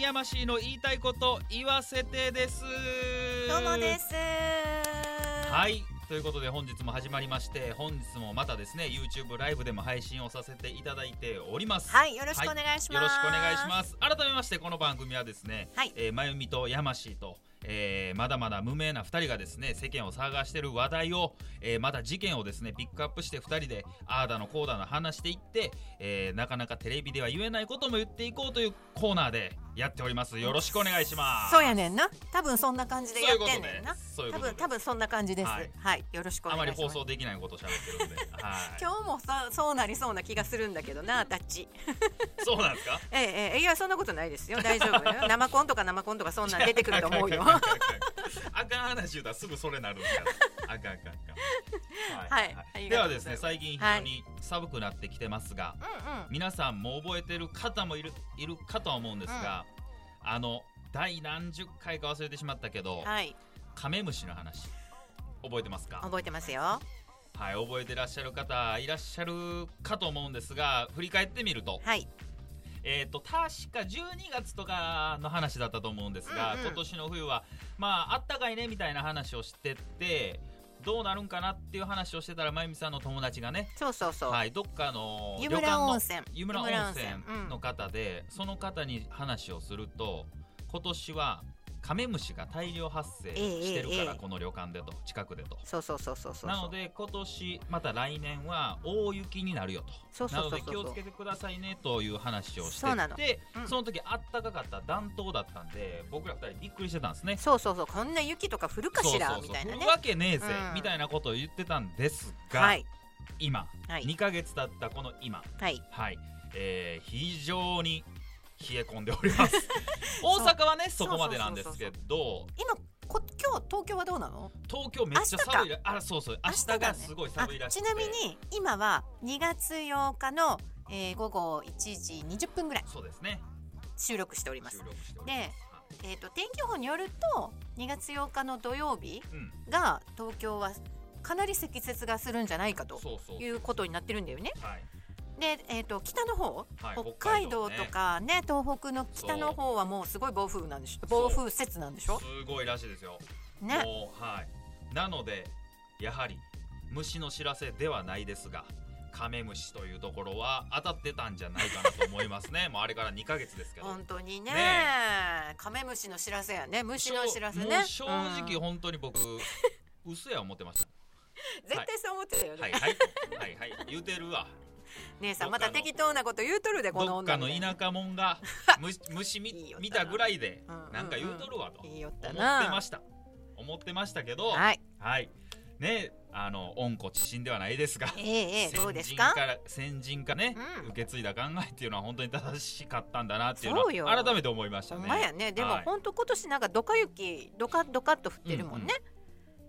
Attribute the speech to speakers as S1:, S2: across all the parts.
S1: 山市の言いたいこと言わせてです
S2: どうもです。。
S1: はいいということで本日も始まりまして本日もまたですね YouTube ライブでも配信をさせていただいております
S2: はい、よろしくお願いします。
S1: よろしくお願いします改めましてこの番組はですね、
S2: はい
S1: えーまゆみとやましーと、えーまだまだ無名な2人がですね世間を騒がしてる話題を、えーまた事件をですねピックアップして2人でああだのこうだの話していって、えーなかなかテレビでは言えないことも言っていこうというコーナーでやっておりますよろしくお願いします
S2: そうやねんな。多分そんな感じでやってんねんな。
S1: そういうこ
S2: 多
S1: とで
S2: 分多分そんな感じです。
S1: は
S2: はいい、よろしくお
S1: あ
S2: 願
S1: ま
S2: いし
S1: り
S2: ます。
S1: 放送できないことを喋ってるんで、はい、
S2: 今日もさそうなりそうな気がするんだけどな、ダッチ。
S1: そうなんですか
S2: ええええいやそんなことないです よ。大丈夫よ。生コンとか生コンとかそんなん出てくると思うよ
S1: あ。かんあかんあかん話言うたらすぐそれなるんやあかんあかんあかん
S2: はいあり
S1: で
S2: が
S1: は
S2: とう
S1: ですね
S2: ございます
S1: 最近非常に寒くなってきてますが、
S2: うんうん。
S1: 皆さんも覚えてる方もいるいるかとは思うんですが、あの第何十回か忘れてしまったけど、
S2: はい、
S1: カメムシの話覚えてますか
S2: 覚えてますよ。
S1: はい覚えてらっしゃる方いらっしゃるかと思うんですが振り返ってみると
S2: はい。
S1: えー、と確か12月とかの話だったと思うんですが、
S2: うんうん
S1: 今年の冬はまああったかいねみたいな話をしててどうなるんかなっていう話をしてたらまゆみさんの友達がね、
S2: そうそうそう。
S1: はい、どっかの
S2: 湯
S1: 旅館
S2: 村
S1: の
S2: 温泉。
S1: 湯村温
S2: 湯村温
S1: 泉
S2: 泉う
S1: の
S2: ん
S1: 方で、その方に話をすると今年はカメムシが大量発生してるから、
S2: ええ
S1: この旅館でと近くでと。
S2: そうそうそうそうそうそう。
S1: なので今年また来年は大雪になるよと
S2: そうそうそうそう
S1: なので気をつけてくださいねという話をして
S2: そうなの
S1: で、
S2: うん
S1: その時あったかかった暖冬だったんで僕ら二人びっくりしてたんですね
S2: そうそうそうこんな雪とか降るかしら
S1: そうそうそう
S2: みたいな
S1: 降
S2: ね
S1: る。わけねえぜ、
S2: うん
S1: みたいなことを言ってたんですが、
S2: はい
S1: 今、
S2: はい
S1: 2ヶ月経ったこの今
S2: はい。
S1: はい、えー非常に冷え込んでおります大阪はねそ
S2: そう
S1: こまでなんですけど
S2: 今こ今日東京はどうなの？
S1: 東京めっちゃ寒いらあそうそう明
S2: 明日
S1: 日
S2: だ
S1: が
S2: ね
S1: すごい
S2: あ
S1: 寒いらしく
S2: ち
S1: て
S2: なみに今は2月8日の、えー午後1時20分ぐらい
S1: そうですね
S2: 収録しておりま
S1: 収
S2: す。
S1: 録しております
S2: で、えー、と天気予報によると2月8日の土曜日
S1: はいうん
S2: が東京はかなり積雪がするんじゃないかと
S1: そうそう
S2: いうことになってるんだよね。
S1: はい
S2: で、えー、と北の方
S1: はい
S2: 北海道
S1: 北海道ね
S2: とかね東北の北の方はもうすごい暴風なんでしょ暴風雪なんでしょ
S1: すごいらしいですよ、
S2: ね
S1: もうはいなのでやはり虫の知らせではないですがカメムシというところは当たってたんじゃないかなと思いますね もうあれから2ヶ月ですけど
S2: 本当にね
S1: ね
S2: カメムシの知らせやね虫の知らせね
S1: もう正
S2: うん
S1: 直本当に僕、 嘘や思ってまし
S2: 絶対そう思ってたよ
S1: た は
S2: ね、
S1: いはいはいはい言うてるわ
S2: 姉さ
S1: どっ
S2: んま
S1: かの
S2: た適当なこと言うとるで この
S1: どっか
S2: 女
S1: の
S2: みたい
S1: 田舎
S2: な
S1: もん が虫虫み
S2: いいよ
S1: 見たぐらいで
S2: うんうんうん
S1: なんか言うとるわと
S2: 言い
S1: 思
S2: よっ
S1: って
S2: たな
S1: ました思ってましたけど
S2: はい
S1: はい。ね、あの温故知新ではないですが。
S2: ええええ
S1: 先
S2: どうです
S1: 人
S2: か
S1: から先人がね、
S2: うん
S1: 受け継いだ考えっていうのは本当に正しかったんだなっていうの
S2: そうよ
S1: は改めて思いました
S2: ほ
S1: ね。
S2: んまやねでも
S1: はい
S2: 本当今年なんかドカ雪ドカドカっと降ってるもんね、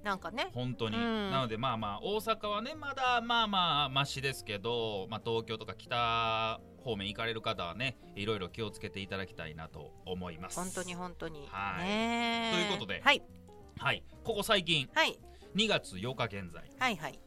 S2: なんかね
S1: 本当に、
S2: うん
S1: なのでまあまあ大阪はねまだまあまあマシですけど、まあ、東京とか北方面行かれる方はねいろいろ気をつけていただきたいなと思います。
S2: 本当に本当に
S1: はい
S2: ねえ
S1: ということで
S2: はい
S1: はいここ最近
S2: はい
S1: 2月8日現在
S2: はいはい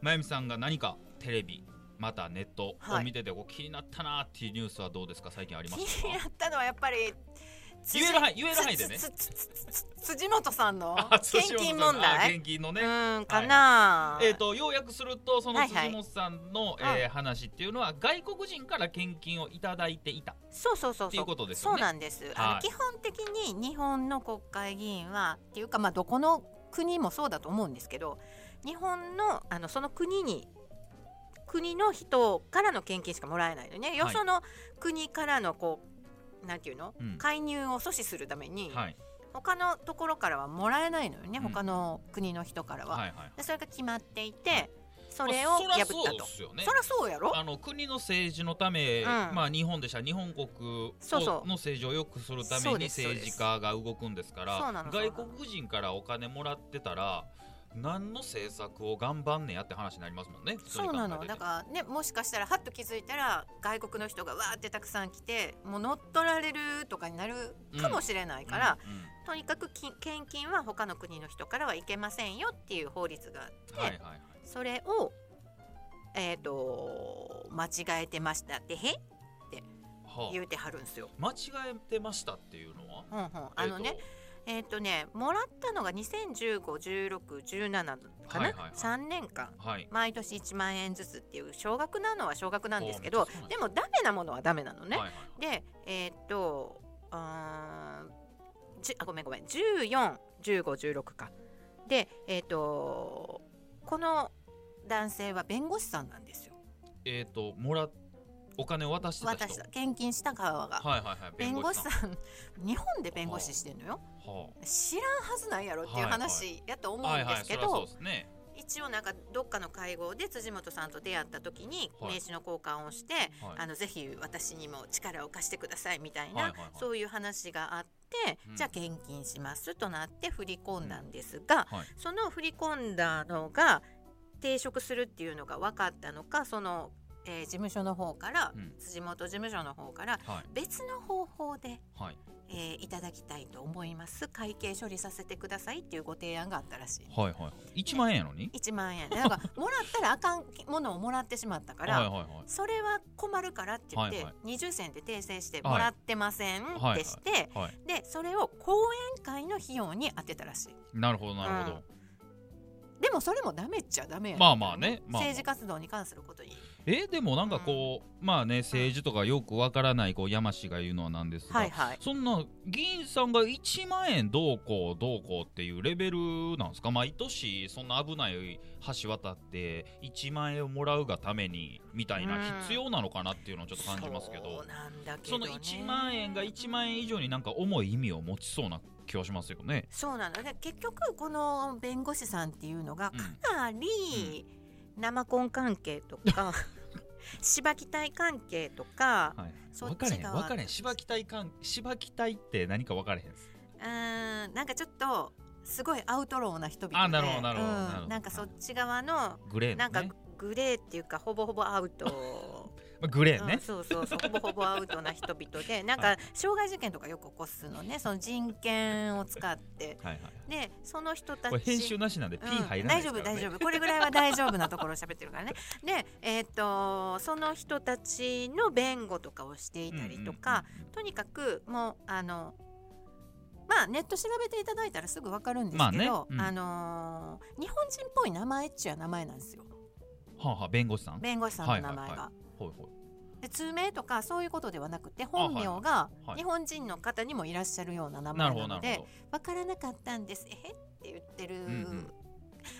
S1: まゆみさんが何かテレビまたネットを見てて、こう気になったなっていうニュースはどうですか最近ありま
S2: 気
S1: した
S2: に
S1: か
S2: なったのはやっぱり
S1: 言える範囲言える範囲でね
S2: つつつつつ辻元さんの
S1: あ
S2: 献
S1: 辻元さん
S2: 金問
S1: あ
S2: 題
S1: 現金のね、
S2: うんかな
S1: えー、と要約するとその
S2: はいはい
S1: 辻元さんの、
S2: うん
S1: えー話っていうのは外国人から献金をいただいていた
S2: そうそうそう
S1: ってい
S2: そうう
S1: ことですよ
S2: そう
S1: ね。
S2: なんです、あ
S1: は
S2: の
S1: い
S2: 基本的に日本の国会議員はっていうかまあどこの国もそうだと思うんですけど日本のあのその国に国の人からの献金しかもらえないのね、よ
S1: はい
S2: その国からのこうなんていうの、
S1: うん
S2: 介入を阻止するために、
S1: はい
S2: 他のところからはもらえないのよね、
S1: うん
S2: 他の国の人からは、
S1: はいはい
S2: でそれが決まっていて、そ
S1: まあ
S2: れを破った
S1: そらそう
S2: と、
S1: ですよね
S2: そらそうやろ
S1: あの国の政治のため、
S2: ん
S1: まあ、日本でしたら日本国を
S2: そうそう
S1: の政治を良くするた
S2: そ
S1: め
S2: う
S1: に
S2: です
S1: 政治家が動くんですから
S2: そうなのそうな
S1: 外
S2: の
S1: 国人からお金もらってたら何の政策を頑張んねやって話になりますもんね。普通に考
S2: そ
S1: え
S2: う
S1: て
S2: なの
S1: て
S2: だからねもしかしたらはっと気づいたら外国の人がわーってたくさん来てもう乗っ取られるとかになるかもしれないから、
S1: うんうん
S2: とにかくき献金は他の国の人からはいけませんよっていう法律があって、
S1: はいはいはい
S2: それを、えー、と間違えてましたってへ
S1: は
S2: 言うてはるんですよ。
S1: あ、間違えてましたっていうのは
S2: うんうん、あのね、、えっ、とねもらったのが20151617かな、
S1: はいはいはい
S2: 3年間
S1: えーとはい
S2: 毎年1万円ずつっていう少額なのは少額なんですけ
S1: あ
S2: ど
S1: ーそうなんだ
S2: でもダメなものはダメなのね。
S1: はいはいはい
S2: でえーっとうーんじあごめんごめん141516か。でえーっとこの男性は弁護士さんなんですよ。
S1: えっ、ともらお金を渡してた人
S2: 渡した献金した側が。
S1: はいはいはい
S2: 弁護士さ
S1: は
S2: ん 日本で弁護士してんのよ知らんはずないやろっていう話やと思
S1: あ、は
S2: う
S1: い
S2: んで
S1: はい
S2: す
S1: そり
S2: け
S1: ゃ
S2: ど、
S1: そうですね
S2: 一応なんかどっかの会合で辻元さんと出会った時に
S1: はい
S2: 名刺の交換をして、
S1: はい
S2: あのぜひ私にも力を貸してくださいみたいな、
S1: はいはいはい
S2: そういう話があって、
S1: うん
S2: じゃあ献金しますとなって振り込んだんですが、
S1: はい
S2: その振り込んだのが抵触するっていうのが分かったのかその、えー事務所の方から、
S1: うん
S2: 辻元事務所の方から
S1: はい
S2: 別の方法で、
S1: はい
S2: えーいただきたいと思います会計処理させてくださいっていうご提案があったらしい。
S1: はいはい一万円やのに
S2: 1万円なんかもらったらあかんものをもらってしまったから、
S1: はいはいはい
S2: それは困るからって言って、
S1: はいは
S2: 20銭で訂正して
S1: はい
S2: もらってません
S1: はい
S2: ってして、
S1: はい
S2: でそれを講演会の費用に当てたらしい
S1: なるほどなるほど、
S2: でもそれもダメっちゃダメやねん
S1: まあまあねまあまあ
S2: 政治活動に関することに
S1: えでもなんかこう、まあね政治とかよくわからないこう山氏が言うのはなんですが、
S2: はいはい
S1: そんな議員さんが1万円どうこうどうこうっていうレベルなんですか毎年そんな危ない橋渡って1万円をもらうがためにみたいな
S2: うん
S1: 必要なのかなっていうのをちょっと感じますけど、
S2: そうなんだけ
S1: そ
S2: ど、
S1: の
S2: ね、
S1: 1万円が1万円以上になんか重い意味を持ちそうな気はしますよね。
S2: そうなので結局この弁護士さんっていうのが
S1: うん
S2: かなり生コン関係とか しばき隊関係とか
S1: はい、
S2: そ
S1: 分
S2: っ
S1: かれへ
S2: ち
S1: ん
S2: 側
S1: 分かれへんしばき隊かんしばき隊って何か分かれへんです。
S2: うーんなんかちょっとすごいアウトローな人々で
S1: あなるほどなるほど
S2: うん
S1: なるほど
S2: なんかそっち側の
S1: グレー
S2: な
S1: の
S2: んか
S1: ね、
S2: グレーっていうかほぼほぼアウト、
S1: まあグレー
S2: う ん
S1: ね、
S2: そうそうそうほぼほぼアウトな人々でな ん
S1: は
S2: か
S1: い
S2: 傷害事件とかよく起こすのねその人権を使って
S1: はいはい
S2: でその人たち
S1: これ編集なしなんでピー入らない
S2: 大
S1: で
S2: 丈
S1: すから、ね
S2: 夫大丈夫これぐらいは大丈夫なところを喋って るからねでえっ、とその人たちの弁護とかをしていたりとか、
S1: うんうんうん
S2: とにかくもうあのまあネット調べていただいたらすぐわかるんですけど、
S1: まあ
S2: あ
S1: ねうん
S2: のー日本人っぽい名前っちゅう名前なんですよ
S1: はあはあ弁護士さん
S2: 弁護士さんの名前が。
S1: はいはいはほいほい
S2: で通名とかそういうことではなくて
S1: はい
S2: 本名が
S1: はい
S2: 日本人の方にもいらっしゃるような名
S1: な
S2: 前
S1: るほど
S2: な
S1: な
S2: の
S1: るほ
S2: で
S1: ど
S2: 分からなかったんですえって言ってる、
S1: んうん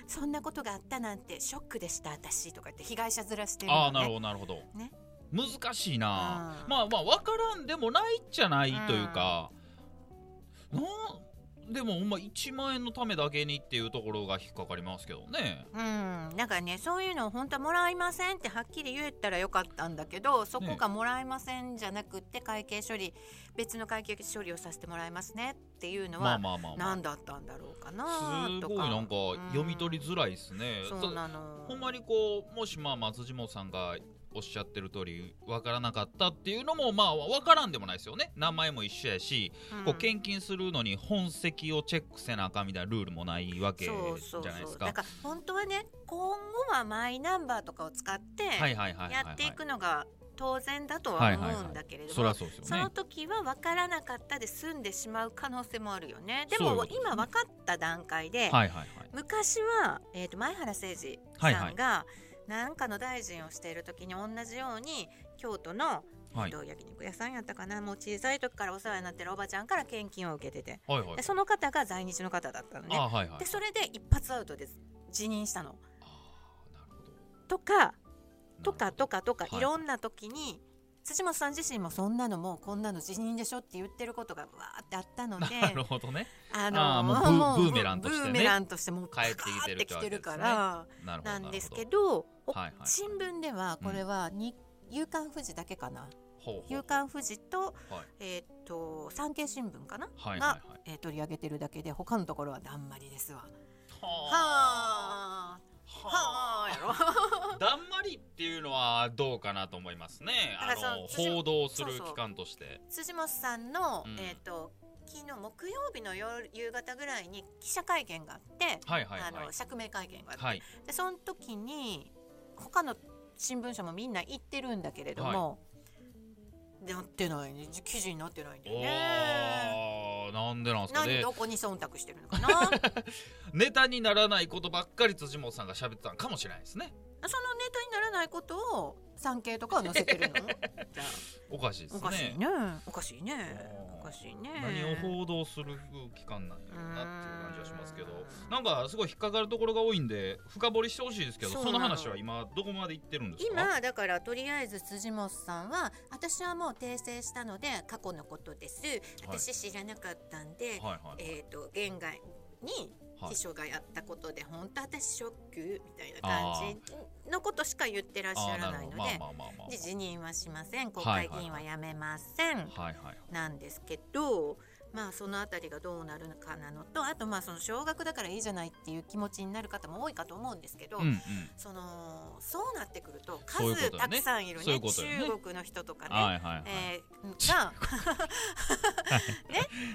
S2: そんなことがあったなんてショックでした私とか言って被害者ずらしてる
S1: ああ
S2: の
S1: なるほ
S2: ね
S1: どなるほど、
S2: ね
S1: 難しいな、
S2: うん
S1: まあまあ分からんでもないじゃないというか、なんでもほんま1万円のためだけにっていうところが引っかかりますけどね
S2: うんなんかねそういうのを本当はもらいませんってはっきり言えたらよかったんだけどそこがもらえませんじゃなくって会計処理別の会計処理をさせてもらいますねっていうの
S1: まあ
S2: は
S1: まあまあ、まあ
S2: 何だったんだろうかな
S1: す
S2: と
S1: ご
S2: か
S1: いなんか読み取り
S2: り
S1: づらいですね、
S2: そうなの
S1: ほんまにこうもしまあ松島さんがおっしゃってる通り分からなかったっていうのもまあ分からんでもないですよね名前も一緒やし、こう献金するのに本籍をチェックせなあかんみたいなルールもないわけじゃ
S2: そうそう
S1: ないで
S2: そ
S1: す
S2: う
S1: か
S2: だ。から本当はね今後はマイナンバーとかを使って
S1: はいはいはいはい、はい、
S2: やっていくのが当然だと
S1: は
S2: はい
S1: はいはい
S2: 思うんだけれど
S1: そり
S2: も
S1: ゃそうです
S2: そ
S1: よね
S2: の。時は分からなかったで済んでしまう可能性もあるよねで
S1: そういうこ
S2: も
S1: とですね
S2: 今分かった段階
S1: は
S2: で
S1: いはいはい。
S2: 昔は、えー、と前原誠司さんが何かの大臣をしている時に同じように京都の
S1: はい
S2: どう焼肉屋さんやったかなもう小さい時からお世話になってるおばちゃんから献金を受けてて
S1: はいはい
S2: で。その方が在日の方だったのね
S1: あ。はいはい。
S2: でそれで一発アウトで辞任したの
S1: あーなるほど
S2: とかとかとかとか
S1: はい
S2: いろんな時に辻本さん自身もそんなのもうこんなの辞任でしょって言ってることがわーってあったの で
S1: なるほどね。
S2: あ
S1: あーもうブーブーメランとしてね
S2: ブーメランとしてもう
S1: 帰ってきてる
S2: パカーってきてるか
S1: って
S2: ら
S1: なるほど。
S2: なんですけ
S1: なる
S2: ど
S1: ほ
S2: お
S1: どはいはい。
S2: 新聞ではこれはに夕刊富士だけかな
S1: ほうほ
S2: 夕
S1: う
S2: 刊富士と
S1: はい
S2: えーっと産経新聞かな
S1: はいはいは
S2: が
S1: い。
S2: えー取り上げてるだけで他のところはだんまりですわ。
S1: は
S2: はあ
S1: は
S2: はあやろ
S1: あ。だんまりっていうのはどうかなと思いますね。あ
S2: だから
S1: の
S2: その
S1: 報道する
S2: そうそう
S1: 機関として。
S2: 辻本さんの、
S1: うん
S2: えっ、と昨日木曜日の夜夕方ぐらいに記者会見があって、
S1: はいはいは
S2: あの
S1: い。
S2: 釈明会見があって、
S1: はい。
S2: でその時に他の新聞社もみんな行ってるんだけれども、なってないね記事になってないんだよね
S1: おーなんでなんですか
S2: 何
S1: ね
S2: どこに忖度してるのか なそのネタに
S1: ネタにならないことばっかり辻元さんが喋ってたのかもしれないですね
S2: ならないことを産経とかは載せて るのじゃ
S1: おかしいで
S2: あ
S1: す
S2: おかしい
S1: ね
S2: ねおかしいね
S1: おー
S2: おかしいね
S1: 何を報道する期間なんやろうな
S2: うーん
S1: っていう感じはしますけどなんかすごい引っかかるところが多いんで深掘りしてほしいですけどそ
S2: そ
S1: う
S2: なの
S1: の話は今どこまで行ってるんですか
S2: 今だからとりあえず辻本さんは私はもう訂正したので過去のことです私知らなかったんで、
S1: はいはい
S2: えっ、と現外に
S1: はい
S2: 秘書がやったことで、本当私ショックみたいな感じのことしか言ってらっしゃらないので、
S1: あーなるほどまあまあまあまあ
S2: で辞任はしません国
S1: はい
S2: 会
S1: はい
S2: 議員は辞めません、
S1: はいはいはい
S2: なんですけどまあそのあたりがどうなるのかなのとあとまあその少額だからいいじゃないっていう気持ちになる方も多いかと思うんですけど、
S1: うんうん
S2: そのそうなってくると
S1: そういうこと
S2: 数
S1: よね
S2: たくさんいるね
S1: そういうことよね
S2: 中国の人とかね。
S1: はいはいはい
S2: えー が
S1: はい
S2: ねあの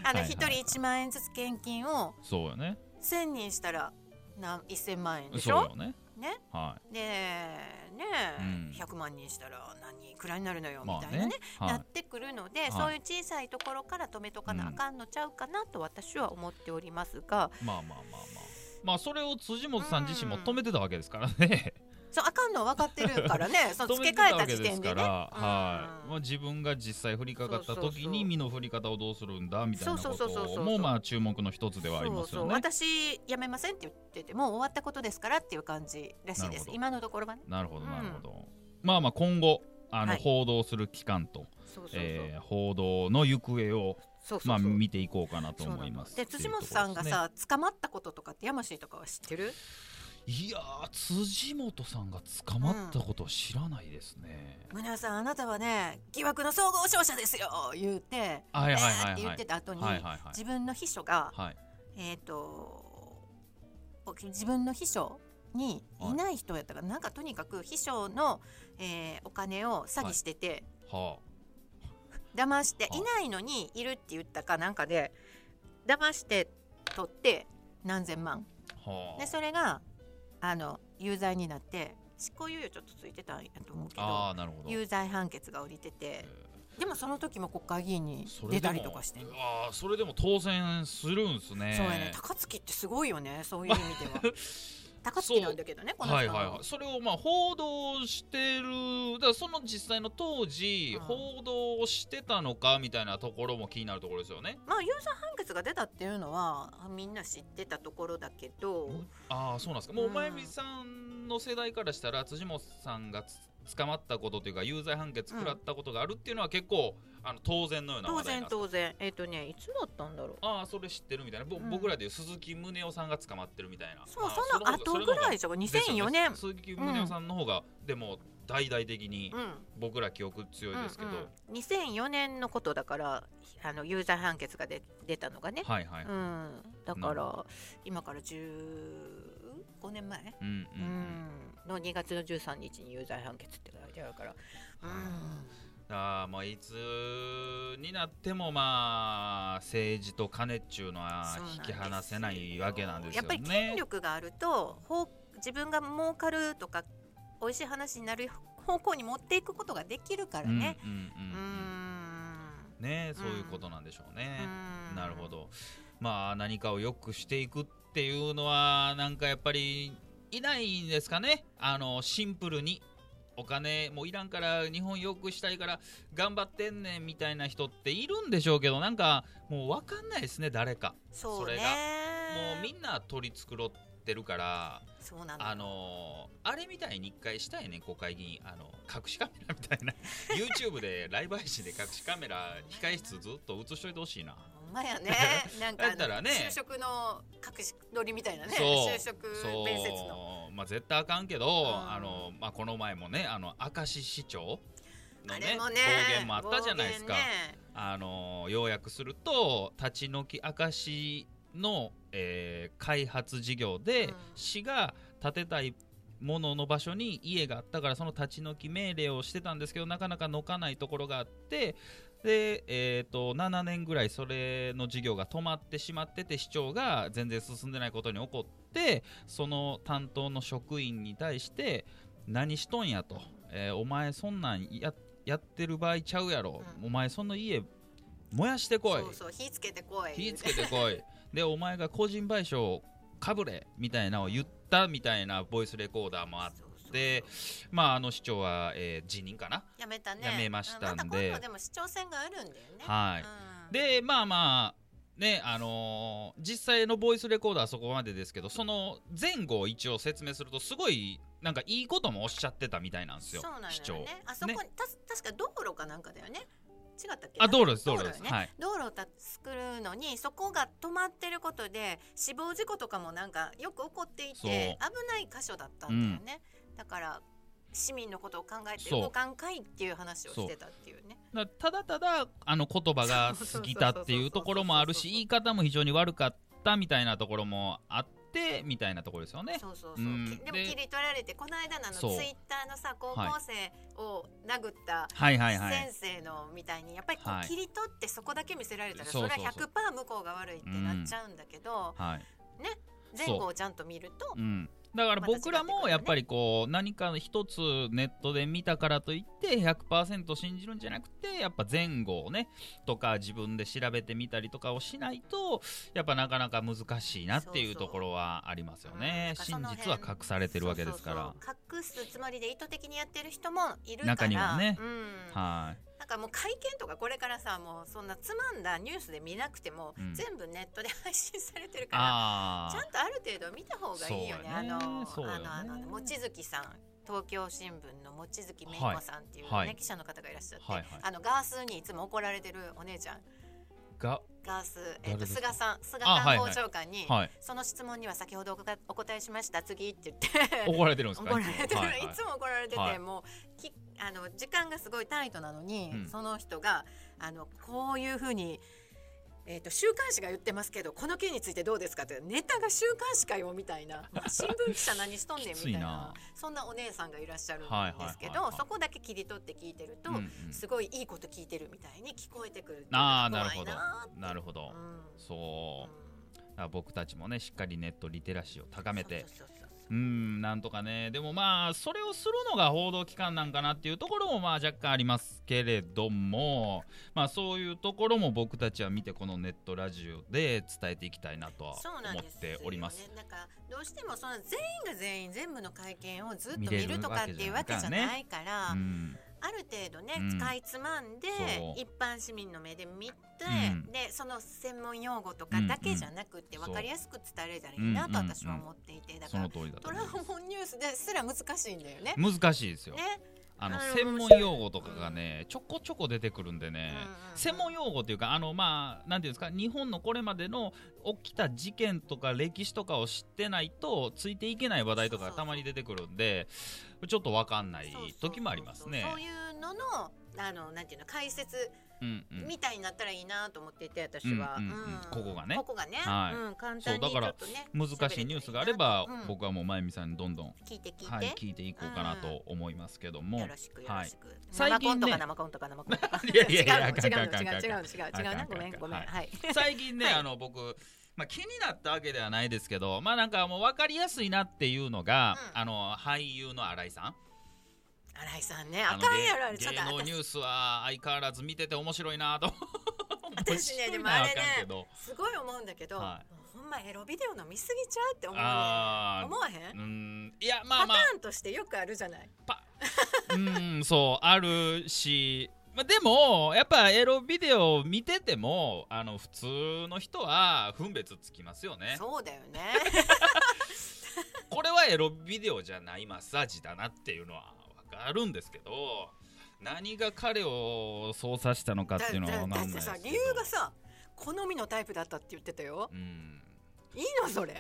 S1: はいはい
S2: 一人1万円ずつ献金を
S1: そうよね
S2: 1000人したらなん1000万円でし
S1: そう
S2: ょ
S1: よね
S2: ね
S1: はい
S2: でね、
S1: うん
S2: 100万人したら何いくらになるのよみ
S1: ま
S2: た
S1: あ
S2: いなね,、
S1: ねは
S2: ないってくるので、
S1: い
S2: そういう小さいところから止めとかなあかんのちゃうかなと私は思っておりますが、
S1: まあまあまあまあまあそれを辻元さん自身も止めてたわけですからね
S2: そうあかんの分かってるか らねそ
S1: 止
S2: の付
S1: め
S2: け
S1: てた
S2: 替え
S1: わ
S2: た
S1: け
S2: 時
S1: で
S2: 点
S1: す
S2: で
S1: か
S2: ね。
S1: ら、
S2: うん
S1: はいまあ、自分が実際降りかかった
S2: そうそう
S1: 時
S2: そう
S1: に身の振り方をどうするんだみたいな
S2: そう
S1: こ
S2: そうそうそうそ
S1: と
S2: う
S1: もまあ注目の一つではあり
S2: そ
S1: ま
S2: う
S1: す
S2: そ
S1: よ
S2: う
S1: ね。
S2: 私辞めませんって言っててもう終わったことですからっていう感じらしい
S1: な
S2: で
S1: る
S2: す
S1: ほど
S2: 今のところはね
S1: なるほど
S2: うん
S1: なるほど、まあまあ今後あの
S2: はい
S1: 報道する期間と、
S2: そうそうそう、
S1: えー報道の行方を
S2: そうそうそう
S1: まあ見ていこうかなと
S2: そうな
S1: 思いま
S2: の
S1: す。
S2: で辻本さんがさ、捕まったこととかって山氏とかは知ってる
S1: っていうところですねいやー辻元さんが捕まったことは知らないですね。
S2: 村さんあなたはね疑惑の総合勝者ですよ言うて
S1: はいはい
S2: えーっ
S1: は
S2: て
S1: い
S2: 言
S1: は
S2: っ
S1: い
S2: て。た後に、
S1: はいはいはい。
S2: 自分の秘書が、
S1: はい、
S2: えっ、とお自分の秘書にいない人やったから、なんかとにかく秘書の、えーお金を詐欺してて、
S1: は
S2: 騙して
S1: はい
S2: いないのにいるって言ったかなんかで騙して取って何千万
S1: あはあ
S2: で。それがあの有罪になって執行猶予ちょっとついてたんやと思うけ
S1: あ
S2: ど
S1: あなるほど。
S2: 有罪判決が下りてて
S1: えー
S2: でもその時も国会議員に
S1: それ
S2: 出
S1: で
S2: た
S1: も
S2: りとかしてんの
S1: ああそれでも当選するんすね
S2: そうやね高槻ってすごいよねそういう意味で は高槻なんだけどねこの人
S1: はいはいはい
S2: い
S1: それをまあ報道してるだからその実際の当時、
S2: うん
S1: 報道してたのかみたいなところも気になるところですよね
S2: まあ有罪判決が出たっていうのはみんな知ってたところだけど
S1: ああそうなんですかもう
S2: うん
S1: まゆみさんの世代からしたら辻元さんがつ捕まったことというか有罪判決食らったことがあるっていうのは結構あの当然のような
S2: 当
S1: 話題
S2: 然
S1: なんです
S2: 当然えっ、とねいつだったんだろう
S1: ああそれ知ってるみたいな、ぼ
S2: うん
S1: 僕らでいう鈴木宗男さんが捕まってるみたいな
S2: そう
S1: あー
S2: その
S1: れの方が
S2: 後ぐらいじゃん
S1: ですよ
S2: 2004
S1: ね
S2: 年
S1: 鈴木宗男さんの方が、でも大々的に
S2: うん
S1: 僕ら記憶強いですけど、
S2: うんうん、2004年のことだからあの有罪判決が出出たのがね、
S1: はいはい、
S2: うん、だ
S1: な
S2: か
S1: る
S2: ら今から15年前、
S1: うんうん
S2: うんの2月の13日に有罪判決って書いてあるから、うん、
S1: ああまあいつになってもまあ政治と金っちゅうのは
S2: そうなん
S1: 引
S2: です
S1: き
S2: よ
S1: 離せないわけなんですよ
S2: やっ
S1: ね。
S2: ぱり権力があるとほう自分が儲かるとか美味しい話になる方向に持っていくことができるからね。
S1: うんうんうん
S2: うん
S1: うんねそういうことなんでしょうね。
S2: うん
S1: なるほど。まあ何かを良くしていくっていうのはなんかやっぱりいないんですかね。あのシンプルにお金もいらんから日本良くしたいから頑張ってんねんみたいな人っているんでしょうけどなんかもう分かんないですね誰か。
S2: そう
S1: それ
S2: ね
S1: がもうみんな取り繕ってるから
S2: そうなのよ
S1: あのーあれみたいに一回したいね国会議員あの隠しカメラみたい な YouTube でライブ配信で隠しカメラ控室ずっと映しといてほしいな。
S2: ほん まやね。なんかあ
S1: だったら
S2: の
S1: ね
S2: 就職の隠し撮りみたいなね。
S1: そう
S2: 就職面接の。
S1: そうまあ絶対あかんけど、
S2: ん
S1: あのまあ、この前もねあの明石市長の
S2: あ
S1: ね
S2: れもね
S1: 暴言もあったじゃないですか、
S2: 暴
S1: あの要約すると立ち退き明石の、えー開発事業で、
S2: うん
S1: 市が建てたいものの場所に家があったからその立ち退き命令をしてたんですけどなかなかのかないところがあってで、えー、と7年ぐらいそれの事業が止まってしまってて市長が全然進んでないことに怒ってその担当の職員に対して何しとんやと、えーお前そんなんややってる場合ちゃうやろ、
S2: うん
S1: お前その家燃やしてこい
S2: そうそう火つけてこい
S1: 火つけてこ いでお前が個人賠償かぶれみたいなのを言ったみたいなボイスレコーダーもあって
S2: そうそう
S1: でまああの市長は、えー辞任かな
S2: やめたね
S1: やめましたんで
S2: うんまた今度でも市長選があるんだよね
S1: はい
S2: うん
S1: でまあまあねあのー実際のボイスレコーダーはそこまでですけどその前後を一応説明するとすごいなんかいいこともおっしゃってたみたいなんですよ
S2: そうなんだ
S1: 市
S2: よ
S1: 長
S2: ねあそこに、た確か道路かなんかだよね違ったっけ
S1: あ道路です道
S2: 道
S1: 路
S2: 路
S1: です、
S2: よね
S1: はい
S2: 道路を作るのにそこが止まってることで死亡事故とかもなんかよく起こっていて
S1: そ
S2: 危
S1: う
S2: ない箇所だったんだよね、だから市民のことを考えて
S1: そう
S2: 動かんかいっていう話をしてたっていうね
S1: だただただあの言葉が過ぎたっていうところもあるし言い方も非常に悪かったみたいなところもあってみたいなところですよね。
S2: そうそうそう、
S1: うん
S2: きでも
S1: で
S2: 切り取られてこの間のあのツ
S1: そう
S2: イッターのさ高校生を殴った
S1: はいはいはい
S2: 先。生のみたいにやっぱりこ
S1: は
S2: う
S1: い
S2: 切り取ってそこだけ見せられたらそ
S1: そうそ
S2: れ
S1: う
S2: は
S1: そう
S2: 100%向こうが悪いってなっちゃうんだけど
S1: はい
S2: 前
S1: そう
S2: 後をちゃんと見ると
S1: うん、だから僕らもやっぱりこう何か一つネットで見たからといって100%信じるんじゃなくてやっぱ前後をねとか自分で調べてみたりとかをしないとやっぱなかなか難しいなっていうところはありますよね。
S2: そうそう
S1: 真実は隠されてるわけですから。
S2: そうそうそう隠すつもりで意図的にやってる人もいるから
S1: 中にはね
S2: うん、
S1: はい
S2: なんかもう会見とかこれからさもうそんなつまんだニュースで見なくても、
S1: うん
S2: 全部ネットで配信されてるから
S1: あ
S2: ちゃんとある程度見た方がいいよね
S1: そうや
S2: あ
S1: ね
S2: の
S1: そうやね
S2: あのあの望月さん東京新聞の望月美子さんっていう、ね
S1: はいはい
S2: 記者の方がいらっしゃって、
S1: はいはい
S2: あのガースにいつも怒られてるお姉ちゃん
S1: ーが、
S2: ガース、えっ
S1: 誰
S2: と
S1: です
S2: 菅
S1: か
S2: さん菅
S1: あはい
S2: 官
S1: は
S2: 房
S1: い
S2: 長官に、
S1: はい、
S2: その質問には先ほどお答えお答えしました次って言って
S1: 怒られてるんですか
S2: 怒られてる、
S1: はい
S2: い
S1: はい
S2: つも怒られてて、
S1: はい
S2: もうきあの時間がすごいタイトなのに、
S1: うん
S2: その人があのこういうふうに、えー、と週刊誌が言ってますけどこの件についてどうですかってネタが週刊誌かよみたい な、まあ新聞記者何しとんねんみたいな
S1: きついな
S2: そんなお姉さんがいらっしゃるん
S1: はいはい
S2: ですけど、
S1: はいはい
S2: そこだけ切り取って聞いてると、
S1: うんうん
S2: すごいいいこと聞いてるみたいに聞こえてくるっていうの
S1: ああ
S2: が
S1: なる
S2: 怖
S1: ほ
S2: い
S1: ど
S2: なーって
S1: なるほど、
S2: うん
S1: そううんだから僕たちもねしっかりネットリテラシーを高めて
S2: そうそうそうそう
S1: うんなんとかねでもまあそれをするのが報道機関なんかなっていうところもまあ若干ありますけれどもまあそういうところも僕たちは見てこのネットラジオで伝えていきたいなとは
S2: そうなん
S1: 思っ
S2: です
S1: ております。
S2: よね、だからどうしてもその全員が全員全部の会見をずっと見
S1: 見れる
S2: るとかっていうわ
S1: わ
S2: け
S1: け
S2: じ
S1: じ
S2: ゃ
S1: ゃ
S2: な
S1: ない
S2: から、
S1: うん
S2: ある程度ね、
S1: うん
S2: かいつまんで
S1: そう
S2: 一般市民の目で見て、
S1: うん
S2: でその専門用語とかだけじゃなくて
S1: うんうん
S2: 分かりやすく伝えられたらいいなと
S1: そううん
S2: 私は思っていてだか
S1: そ
S2: ら
S1: の通りだと思い
S2: ドラ
S1: ます
S2: ゴンニュースですら難しいんだよね。
S1: 難しいですよ。
S2: ね、
S1: あの
S2: あの
S1: 専門用語とかがねちょこちょこ出てくるんでね、
S2: うんうん
S1: 専門用語というかあのまあなんていうんですか日本のこれまでの起きた事件とか歴史とかを知ってないとついていけない話題とか
S2: そ
S1: が
S2: うそう
S1: たまに出てくるんでちょっとわかんない
S2: そうそうそう
S1: 時もありますね。
S2: そういうののあのなんていうの解説
S1: うんうん
S2: みたいになったらいいなと思っていて私は、
S1: うんうんうんここがね
S2: ここがね、
S1: はい
S2: うん、簡単にち
S1: そうだか
S2: ょっとね
S1: 難しいニュースがあれば、
S2: うん
S1: 僕はもうまゆみさんにどんどん、
S2: 聞いて聞いて、
S1: はい、聞いていこうかなと思いますけども、
S2: よろしくよろしく、
S1: 最
S2: 生コ
S1: 近
S2: ン
S1: ね
S2: トか生コントか生コントか
S1: いやいやいや
S2: 違うの違
S1: あかん
S2: う
S1: あかん
S2: の違
S1: あかん
S2: う違うの違う違う
S1: あかんあか
S2: なんごめんごめん
S1: はい
S2: はい
S1: 最近ね、
S2: はい
S1: あの僕、まあ、気になったわけではないですけどまあなんかもう分かりやすいなっていうのが、
S2: うん
S1: あの俳優の新井さん
S2: 新井さんね
S1: あ
S2: あ
S1: の
S2: かんやろあれ
S1: 芸
S2: ちょっと
S1: 芸能ニ
S2: 私
S1: ュースは相変わらず見てて面白いなと
S2: 私
S1: 面白い
S2: ね
S1: な
S2: でもあれね
S1: かんけど
S2: すごい思うんだけど、
S1: は
S2: もうほんまエロビデオの見すぎちゃうって思うね
S1: あー
S2: 思わへん、
S1: うーんいやまあ
S2: パタ
S1: まあ
S2: ーンとしてよくあるじゃない
S1: うーんそうあるし、まあ、でもやっぱエロビデオを見ててもあの普通の人は分別つきますよね
S2: そうだよね
S1: これはエロビデオじゃないマッサージだなっていうのは分かるんですけど何が彼を操作したのかっていうのは
S2: だ
S1: 分
S2: だ
S1: か
S2: だっ
S1: んない
S2: て
S1: です
S2: さ
S1: けど
S2: 理由がさ好みのタイプだったって言ってたよ
S1: うん
S2: いいのそれ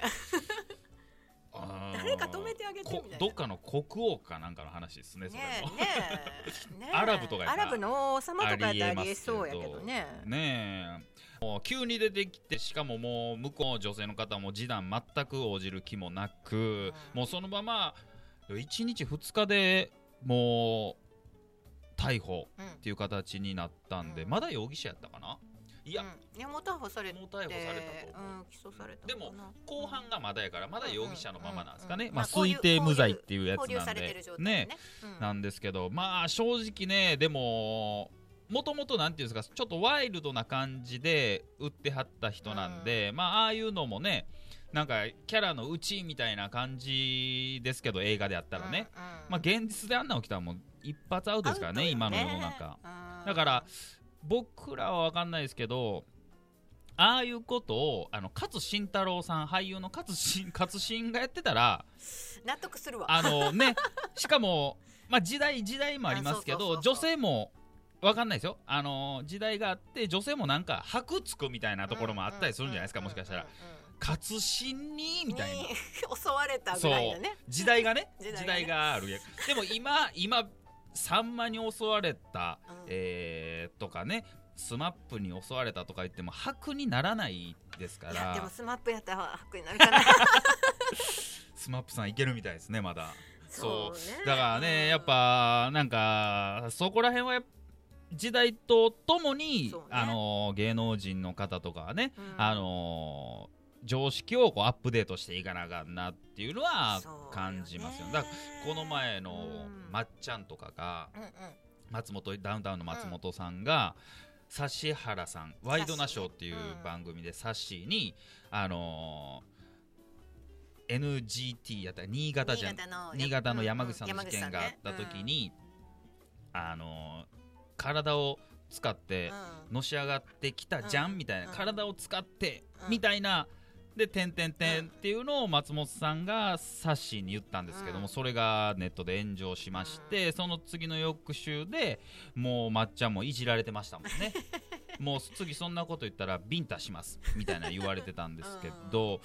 S1: あー
S2: 誰か止めてあげてみたい
S1: こ
S2: な
S1: どっかの国王かなんかの話ですねそれ
S2: ね
S1: も
S2: えねえねえ
S1: アラブとかや
S2: ア
S1: ったら
S2: ラブの王様とかやったらありえそうやけ
S1: ありえ
S2: ど
S1: ます
S2: ね
S1: ねえもう急に出てきてしかももう向こうの女性の方も示談全く応じる気もなく、もうそのまま1日2日でもう逮捕
S2: うん
S1: っていう形になったんで、
S2: うん
S1: まだ容疑者やったかないや、
S2: うん、いやもう逮捕されて
S1: もう逮捕されたと
S2: うん、起訴された
S1: で
S2: の
S1: も
S2: かな
S1: 後半がまだやからまだ容疑者のままなんですかね、
S2: うんうんうん
S1: まあ、
S2: まあこういう
S1: 推定無罪っていうやつ
S2: 勾留
S1: な
S2: さ
S1: ん
S2: れて
S1: で
S2: る状態
S1: ね
S2: ねうん
S1: なんですけどまあ正直ねでももともとなんていうんですかちょっとワイルドな感じで売ってはった人なんで、まあああいうのもねなんかキャラのうちみたいな感じですけど映画であったらね、、
S2: うんうん
S1: まあ現実であんなの来たらもう一発アウトですからね今の世の中。、だから僕らは分かんないですけどああいうことをあの勝慎太郎さん俳優の勝慎勝慎がやってたら
S2: 納得するわ
S1: あのね しかも、まあ、時代時代もありますけ
S2: あそう
S1: ど
S2: そうそう
S1: 女
S2: そう
S1: 性も分かんないですよあの時代があって女性もなんか白つくみたいなところもあったりするんじゃないですかもしかしたら勝慎にみたいな
S2: に 襲われたぐらいだね
S1: 時代がね時
S2: 時代がね
S1: 代があるやでも今今さんまに襲われた、
S2: うん
S1: えーとかねスマップに襲われたとか言っても白にならないですか
S2: いやでも
S1: ら
S2: スマップやったら白になるから
S1: スマップさんいけるみたいですねまだそう
S2: ね
S1: だからね、
S2: うん
S1: やっぱなんかそこら辺はやっぱ時代とともに、
S2: そうね
S1: あの芸能人の方とかはね、
S2: うん
S1: あの常識をこうアップデートしていかなあかんなっていうのは
S2: そうよね
S1: 感じますよねだからこの前の
S2: うん
S1: まっちゃんとかが、
S2: うんうん
S1: 松本ダウンタウンの松本さんが、指原さん「ワイドナショー」っていう
S2: うん
S1: 番組でサッシーに、あのー NGT やったら新潟じゃん新潟
S2: の
S1: の山口さんの事件があった時、に、あのー体を使っ
S2: う
S1: て
S2: ん
S1: のし上がってきたじゃん、
S2: うん
S1: みたいな
S2: うん
S1: 体を使って、
S2: うん
S1: みたいなで「てんてんて」
S2: うんん
S1: っていうのを松本さんがサッシーに言ったんですけども、
S2: うん
S1: それがネットで炎上しまして、その次の翌週でもうまっちゃんもいじられてましたもん ね。もう次そんなこと言ったらビンタしますみたいな言われてたんですけど、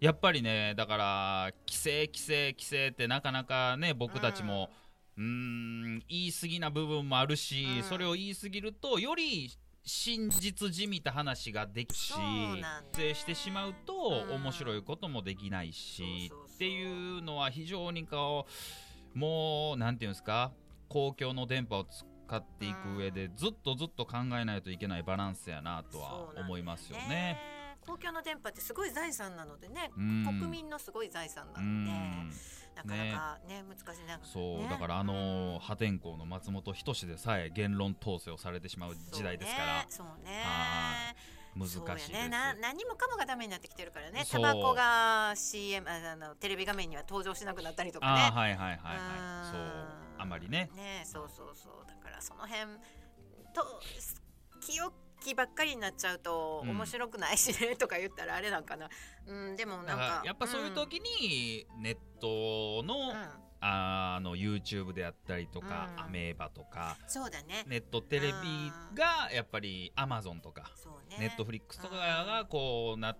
S1: やっぱりねだから規制規制規制ってなかなかね僕たちも、うーん言い過ぎな部分もあるし、
S2: うん
S1: それを言い過ぎるとより真実じみた話ができし
S2: そうなんだよね
S1: 否定してしまうと
S2: うん
S1: 面白いこともできないし、
S2: そうそうそう
S1: っていうのは非常にこうもうなんていうんですか公共の電波を使っていく上でずっとずっと考えないといけないバランスやなとは思いますよ
S2: そうなんだ
S1: ね。
S2: 公共の電波ってすごい財産なのでね、
S1: うん
S2: 国民のすごい財産な
S1: う
S2: ので、
S1: ん
S2: なかなかね難しいな
S1: そう、
S2: ね
S1: だからあのー破天荒の松本人志でさえ言論統制をされてしまう時代ですから、
S2: そうね
S1: は難し
S2: そ
S1: い
S2: うね
S1: です。
S2: そうやねな何もかもがダメになってきてるからね
S1: そ
S2: タ
S1: う
S2: バコが CM ああのテレビ画面には登場しなくなったりとかね
S1: ああはいはいはいはい。そう
S2: うん
S1: あまりね。
S2: ねそうそうそうだからその辺と清きばっかりになっちゃうと
S1: うん
S2: 面白くないしね、とか言ったらあれなんかなうんでもな
S1: だか
S2: んから
S1: やっぱそういう時にネットの,、
S2: うんうん
S1: あの YouTube であったりとか、
S2: うん
S1: アメーバとか
S2: そうだね
S1: ネットテレビがやっぱり Amazon とか、
S2: そうね
S1: ネットフリックスとかがこうな、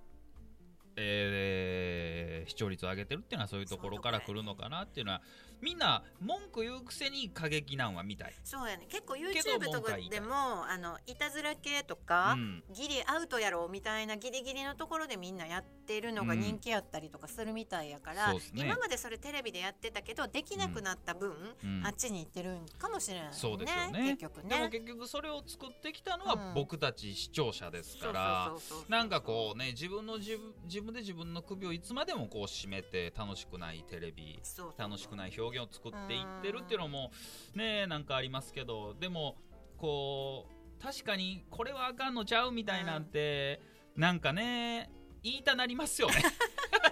S1: えー視聴率を上げてるっていうのはそういうところから来るのかなっていうのはみんな文句言うくせに過激なんは見たい。
S2: そうやね結構
S1: け
S2: YouTube
S1: ど
S2: と
S1: 文句
S2: か
S1: は言いたい
S2: でもあのいたずら系とか、
S1: うん
S2: ギリアウトやろうみたいなギリギリのところでみんなやってるのが
S1: うん
S2: 人気やったりとかするみたいやから、
S1: そうっすね
S2: 今までそれテレビでやってたけどできなくなった分、
S1: うん
S2: あっちに行ってるんかもしれない、ね、
S1: そうですよね
S2: 結局
S1: でも
S2: ね
S1: 結局それを作ってきたのは
S2: うん
S1: 僕たち視聴者ですから
S2: そうそうそうそう
S1: なんかこうね自分の自分自分で自分の首をいつまでもこう締めて楽しくないテレビ
S2: そう
S1: 楽しくない表現を作っていってるっていうのもねなんかありますけどでもこう確かにこれはあかんのちゃうみたいなんてなんかね言いたなりますよね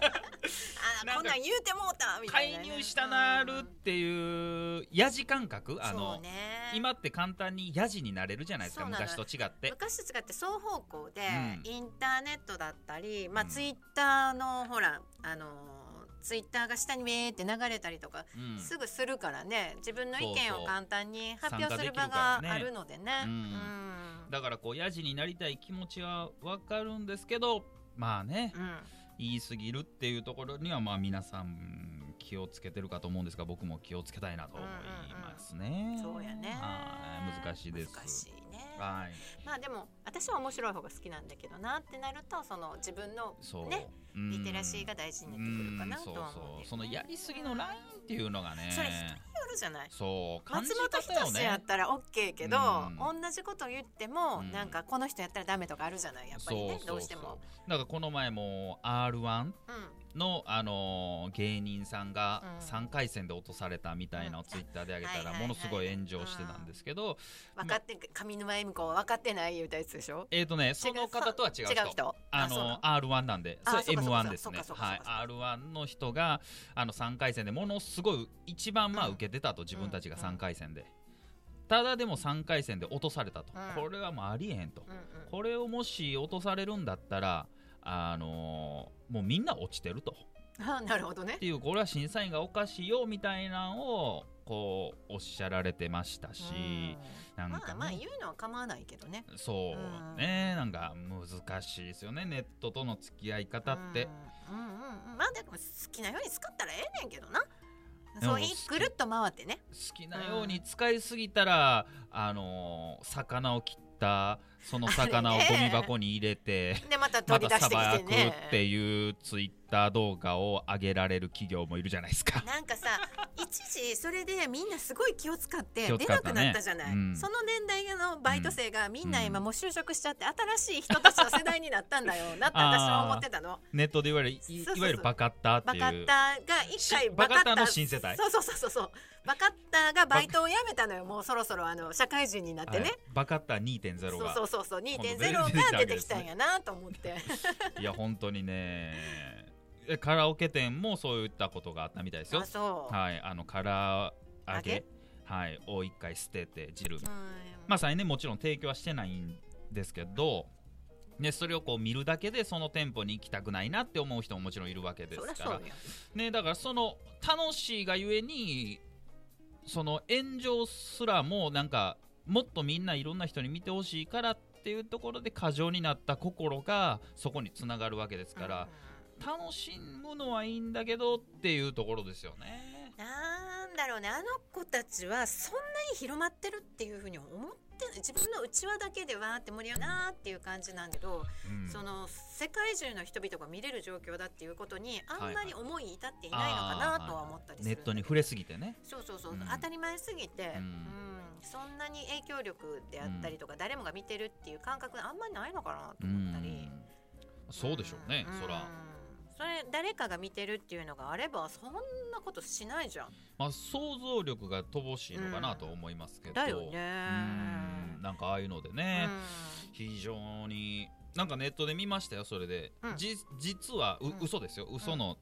S2: あらこん なん言うてもうたみた
S1: 介
S2: いなね、
S1: 入したなるっていうやじ感覚あ
S2: そう
S1: の
S2: ね
S1: 今って簡単にやじになれるじゃないですか
S2: そうなの
S1: 昔と違って。
S2: 昔と違って双方向で、
S1: うん
S2: インターネットだったり、まあ、
S1: うん
S2: ツイッターのほらあのツイッターが下にウェーって流れたりとか
S1: うん
S2: すぐするからね自分の意
S1: そう
S2: 見
S1: そう
S2: を簡単に発表する場
S1: 参加
S2: が
S1: できるからね
S2: あるのでね。
S1: うん
S2: うん
S1: だからこうヤジになりたい気持ちはわかるんですけどまあね
S2: うん
S1: 言い過ぎるっていうところにはまあ皆さん気をつけてるかと思うんですが僕も気をつけたいなと思いますね。
S2: そうやね
S1: はい難しいです。
S2: 難しいね
S1: はい
S2: まあでも私は面白い方が好きなんだけどなってなるとその自分の
S1: そう、
S2: ね
S1: うん
S2: リテラシーが大事になってくるかなとは思う,、
S1: んそうそうそのやりすぎのラインっていうのがね
S2: それ人によるるじゃない
S1: そう感じ
S2: 松本
S1: 方よ
S2: 人志や
S1: ね
S2: ったら OK けど、
S1: う
S2: 同じこと言っても、
S1: うん
S2: なんかこの人やったらダメとかあるじゃないやっぱりねどうしても。
S1: だからこの前も r 1
S2: うん
S1: の、あのー芸人さんが
S2: うん
S1: 3回戦で落とされたみたいなのをツイッターで上げた
S2: はいはい
S1: ら
S2: はい
S1: ものすごい炎上してたんですけど、
S2: 分かって上沼恵美子は分かってない言うたやつでしょ
S1: えっ、とねその方とは違う人
S2: 違う人
S1: あ
S2: そうな
S1: の R1 なんで、そ
S2: あ
S1: れ
S2: そうかそうか
S1: M1 ですね。
S2: そうかそう
S1: は
S2: か
S1: い
S2: そう、
S1: R1 の人があの3回戦でものすごい一番まあ
S2: うん
S1: 受けてたと自分たちが
S2: うん
S1: 3回戦で、ただでも3回戦で落とされたと、
S2: うん
S1: これはもうありえへんと、
S2: うんうん
S1: これをもし落とされるんだったら、あのーもうみんな落ちてると。
S2: あなるほどね
S1: っ。ていうこれは審査員がおかしいよみたいなのをこうおっしゃられてましたし、
S2: う
S1: なんん
S2: ま
S1: か、ね
S2: あまあ言うのは構わないけどね。
S1: そうね、なんか難しいですよねネットとの付き合い方って、
S2: うんうんうんうんまあでも好きなように使ったらええねんけどな。
S1: でも
S2: そうい
S1: 好き
S2: ぐるっと回ってね。
S1: 好きなように使いすぎたら、あのー魚を切ったその魚を
S2: あ
S1: ゴ
S2: れね
S1: ミ箱に入れて。
S2: でまた
S1: ま
S2: 取り
S1: た
S2: 出し
S1: さ
S2: て
S1: ば
S2: きて
S1: く
S2: ね。
S1: っていうツイッター動画を上げられる企業もいるじゃないですか。
S2: な んかさ一時それでみんなすごい気を使って
S1: 気を
S2: 出
S1: 使っ
S2: な
S1: たね
S2: くなったじゃない、
S1: うん
S2: その年代のバイト生がみんな今
S1: うん
S2: もう就職しちゃって新しい人たちの世代になったんだよ なって私は思ってたの
S1: ネットでいわゆるい
S2: そうそうそう
S1: いわゆるバカッターって
S2: バ
S1: いう。
S2: カッターが一回
S1: しバカッターの新世代
S2: そうそうそうそうそうバカッターがバイトを辞めたのよもうそろそろあの社会人になって
S1: は
S2: ね
S1: い、バカッター2.0
S2: そう
S1: が
S2: そうそうそう
S1: 今度
S2: 2.0
S1: 出てきた
S2: が
S1: わけ
S2: 出
S1: で
S2: て
S1: す
S2: き
S1: ね
S2: たんやなと思って
S1: いや本当にねえカラオケ店もそういったことがあったみたいですよ
S2: あ。そう、
S1: はい、あの唐揚げ
S2: 揚げ
S1: はい、を一回捨てて汁
S2: うん
S1: まさにねもちろん提供はしてないんですけど、ね、それをこう見るだけでその店舗に行きたくないなって思う人ももちろんいるわけです
S2: そりゃ
S1: か
S2: そう
S1: ら
S2: よ、
S1: ね、だからその楽しいがゆえにその炎上すらもなんかもっとみんないろんな人に見てほしいからっていうところで過剰になった心がそこにつながるわけですから、楽しむのはいいんだけどっていうところですよね。
S2: なんだろうねあの子たちはそんなに広まってるっていうふうに思ってない自分の内輪だけでわーって盛り上がるなーっていう感じなんだけど、
S1: うん
S2: その世界中の人々が見れる状況だっていうことにあんまり思い至っていないのかなとは思ったりす
S1: ネ
S2: る、
S1: ットに触れすぎてね。
S2: そうそうそう、
S1: うん
S2: 当たり前すぎて、
S1: う
S2: うんんそんなに影響力であったりとか、誰もが見てるっていう感覚あんまりないのかなと思ったり。
S1: うんそうでしょうね、
S2: ん
S1: そら、
S2: それ誰かが見てるっていうのがあればそんなことしないじゃん
S1: まあ、想像力が乏しいのかなと思いますけど、
S2: だよね
S1: うんなんかああいうのでね、非常になんかネットで見ましたよそれで、
S2: うん
S1: じ実はう、
S2: うん
S1: 嘘ですよ嘘の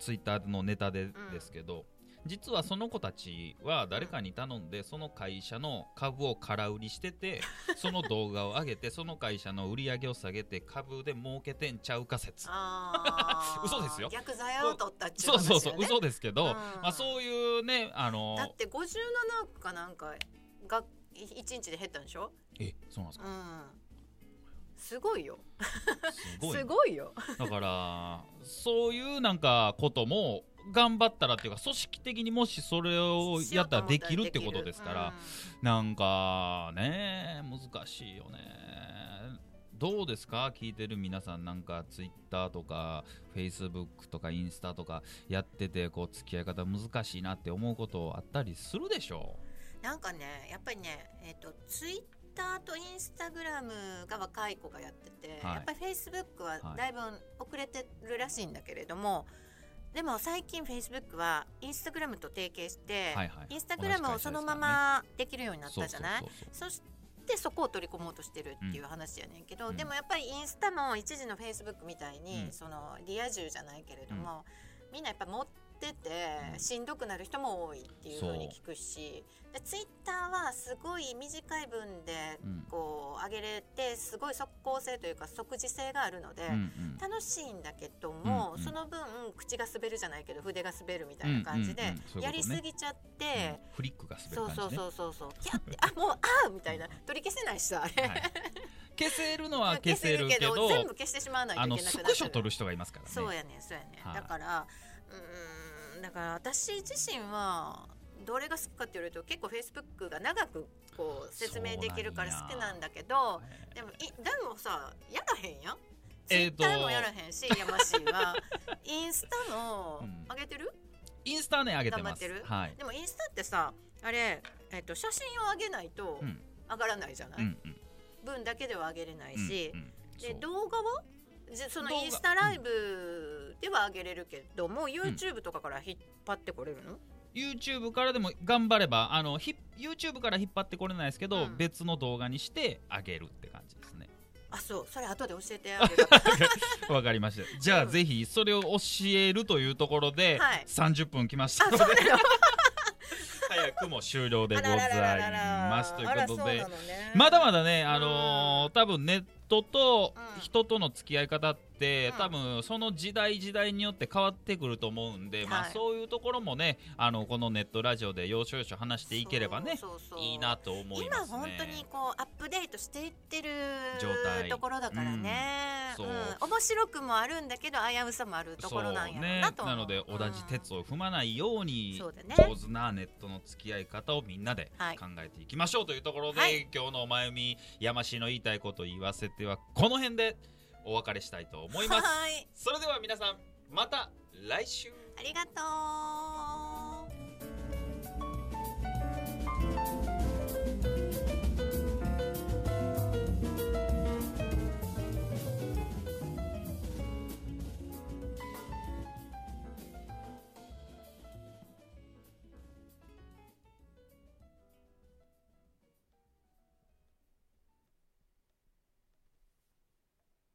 S1: ツイッターのネタでですけど、実はその子たちは誰かに頼んでその会社の株を空売りして てその動画を上げてその会社の売り上げを下げて株で儲けてんちゃうか説
S2: あー
S1: 嘘ですよ
S2: 逆罪を取ったっちゅ
S1: そう
S2: う話
S1: そう
S2: だ
S1: そう
S2: よね
S1: 嘘ですけど、
S2: うん
S1: まあ、そういうねあの
S2: だって57億かなんかが一日で減ったんでしょ
S1: えそうなんです
S2: う
S1: か
S2: んすごいよ
S1: すごい
S2: すごいよ
S1: だからそういうなんかことも頑張ったらっていうか組織的にもしそれをやったらできるってことですから、なんかね難しいよねどうですか聞いてる皆さんなんかツイッターとかフェイスブックとかインスタとかやっててこう付き合い方難しいなって思うことあったりするでしょ
S2: うんなんかねやっぱりねえっ、とツイッターとインスタグラムが若い子がやってて、
S1: はい
S2: やっぱりフェイスブックはだいぶ遅れてるらしいんだけれども、でも最近フェイスブックはインスタグラムと提携して、
S1: はいはい
S2: インスタグラムをそのままできるようになったじゃない
S1: そうそうそう
S2: そしてそこを取り込もうとしてるっていう話やねんけど、
S1: うん
S2: でもやっぱりインスタも一時のフェイスブックみたいに、
S1: うん
S2: そのリア充じゃないけれども、みんなやっぱ持ってて
S1: うん
S2: しんどくなる人も多いっていうふうに聞くしでツイッターはすごい短い分で
S1: うん
S2: こう上げれてすごい即効性というか即時性があるので。
S1: そううんうん
S2: 楽しいんだけども、
S1: うんうん
S2: その分口が滑るじゃないけど筆が滑るみたいな感じで、
S1: うんうんうんそういうことね
S2: やりすぎちゃって、
S1: うんフリックが滑る
S2: そ
S1: 感
S2: う
S1: じね
S2: そうそうそうそう。キャってあもうあーみたいな取り消せないしさあれ。
S1: はい、消せるのは消せるけど
S2: 全部消してしまわないと
S1: あ
S2: いけ
S1: の
S2: なくなっ
S1: ス
S2: ちゃう
S1: クショ取る人がいますからね
S2: そうやねそうやね。
S1: はい
S2: だからうーんだから私自身は。どれが好きかって言われると結構フェイスブックが長くこう説明できるから
S1: そうなん
S2: 好
S1: や
S2: きなんだけど
S1: はい
S2: でもいでもさやらへんやんツイ
S1: えー
S2: ッ
S1: と
S2: ターもやらへんし、やましいはインスタも
S1: うん
S2: 上げてる、
S1: インスタね上げてます
S2: 頑張ってる
S1: はい、
S2: でもインスタってさあれ、えっと、写真を上げないと
S1: うん
S2: 上がらないじゃない、
S1: うんうん
S2: 分だけでは上げれないし、
S1: うん
S2: で
S1: そう
S2: 動画はじその
S1: 動画
S2: インスタライブでは上げれるけども、YouTube とかから引っ張ってこれるの、
S1: YouTube からでも頑張ればあのひ YouTube から引っ張ってこれないですけど、
S2: うん
S1: 別の動画にしてあげるって感じですね
S2: あそうそれ後で教えてあげるは
S1: わかり ましたじゃあ、
S2: うん
S1: ぜひそれを教えるというところで、
S2: はい
S1: 30分きましたので 早くも終了でございますということでまだまだね、あのー多分ネットと
S2: うん
S1: 人との付き合い方って、
S2: うん
S1: 多分その時代時代によって変わってくると思うんで、まあ
S2: はい
S1: そういうところもねあのこのネットラジオで要所要所話していければね
S2: そうそうそう
S1: いいなと思い
S2: 今
S1: ますね
S2: 本当にこうアップデートしていってる
S1: 状態
S2: ところだからね、
S1: うん
S2: う
S1: そうん
S2: 面白くもあるんだけど危うさもあるところなんやろうなと
S1: そうね、
S2: 思う
S1: なので同じ鉄を踏まないよう
S2: うん
S1: に、
S2: そうだね
S1: 上手なネットの付き合い方をみんなで
S2: はい
S1: 考えていきましょうというところで、
S2: はい
S1: 今日のお前みやましの言いたいこと言わせてはこの辺でお別 れしたいと思います
S2: はーい
S1: それでは皆さんまた来週
S2: ありがとう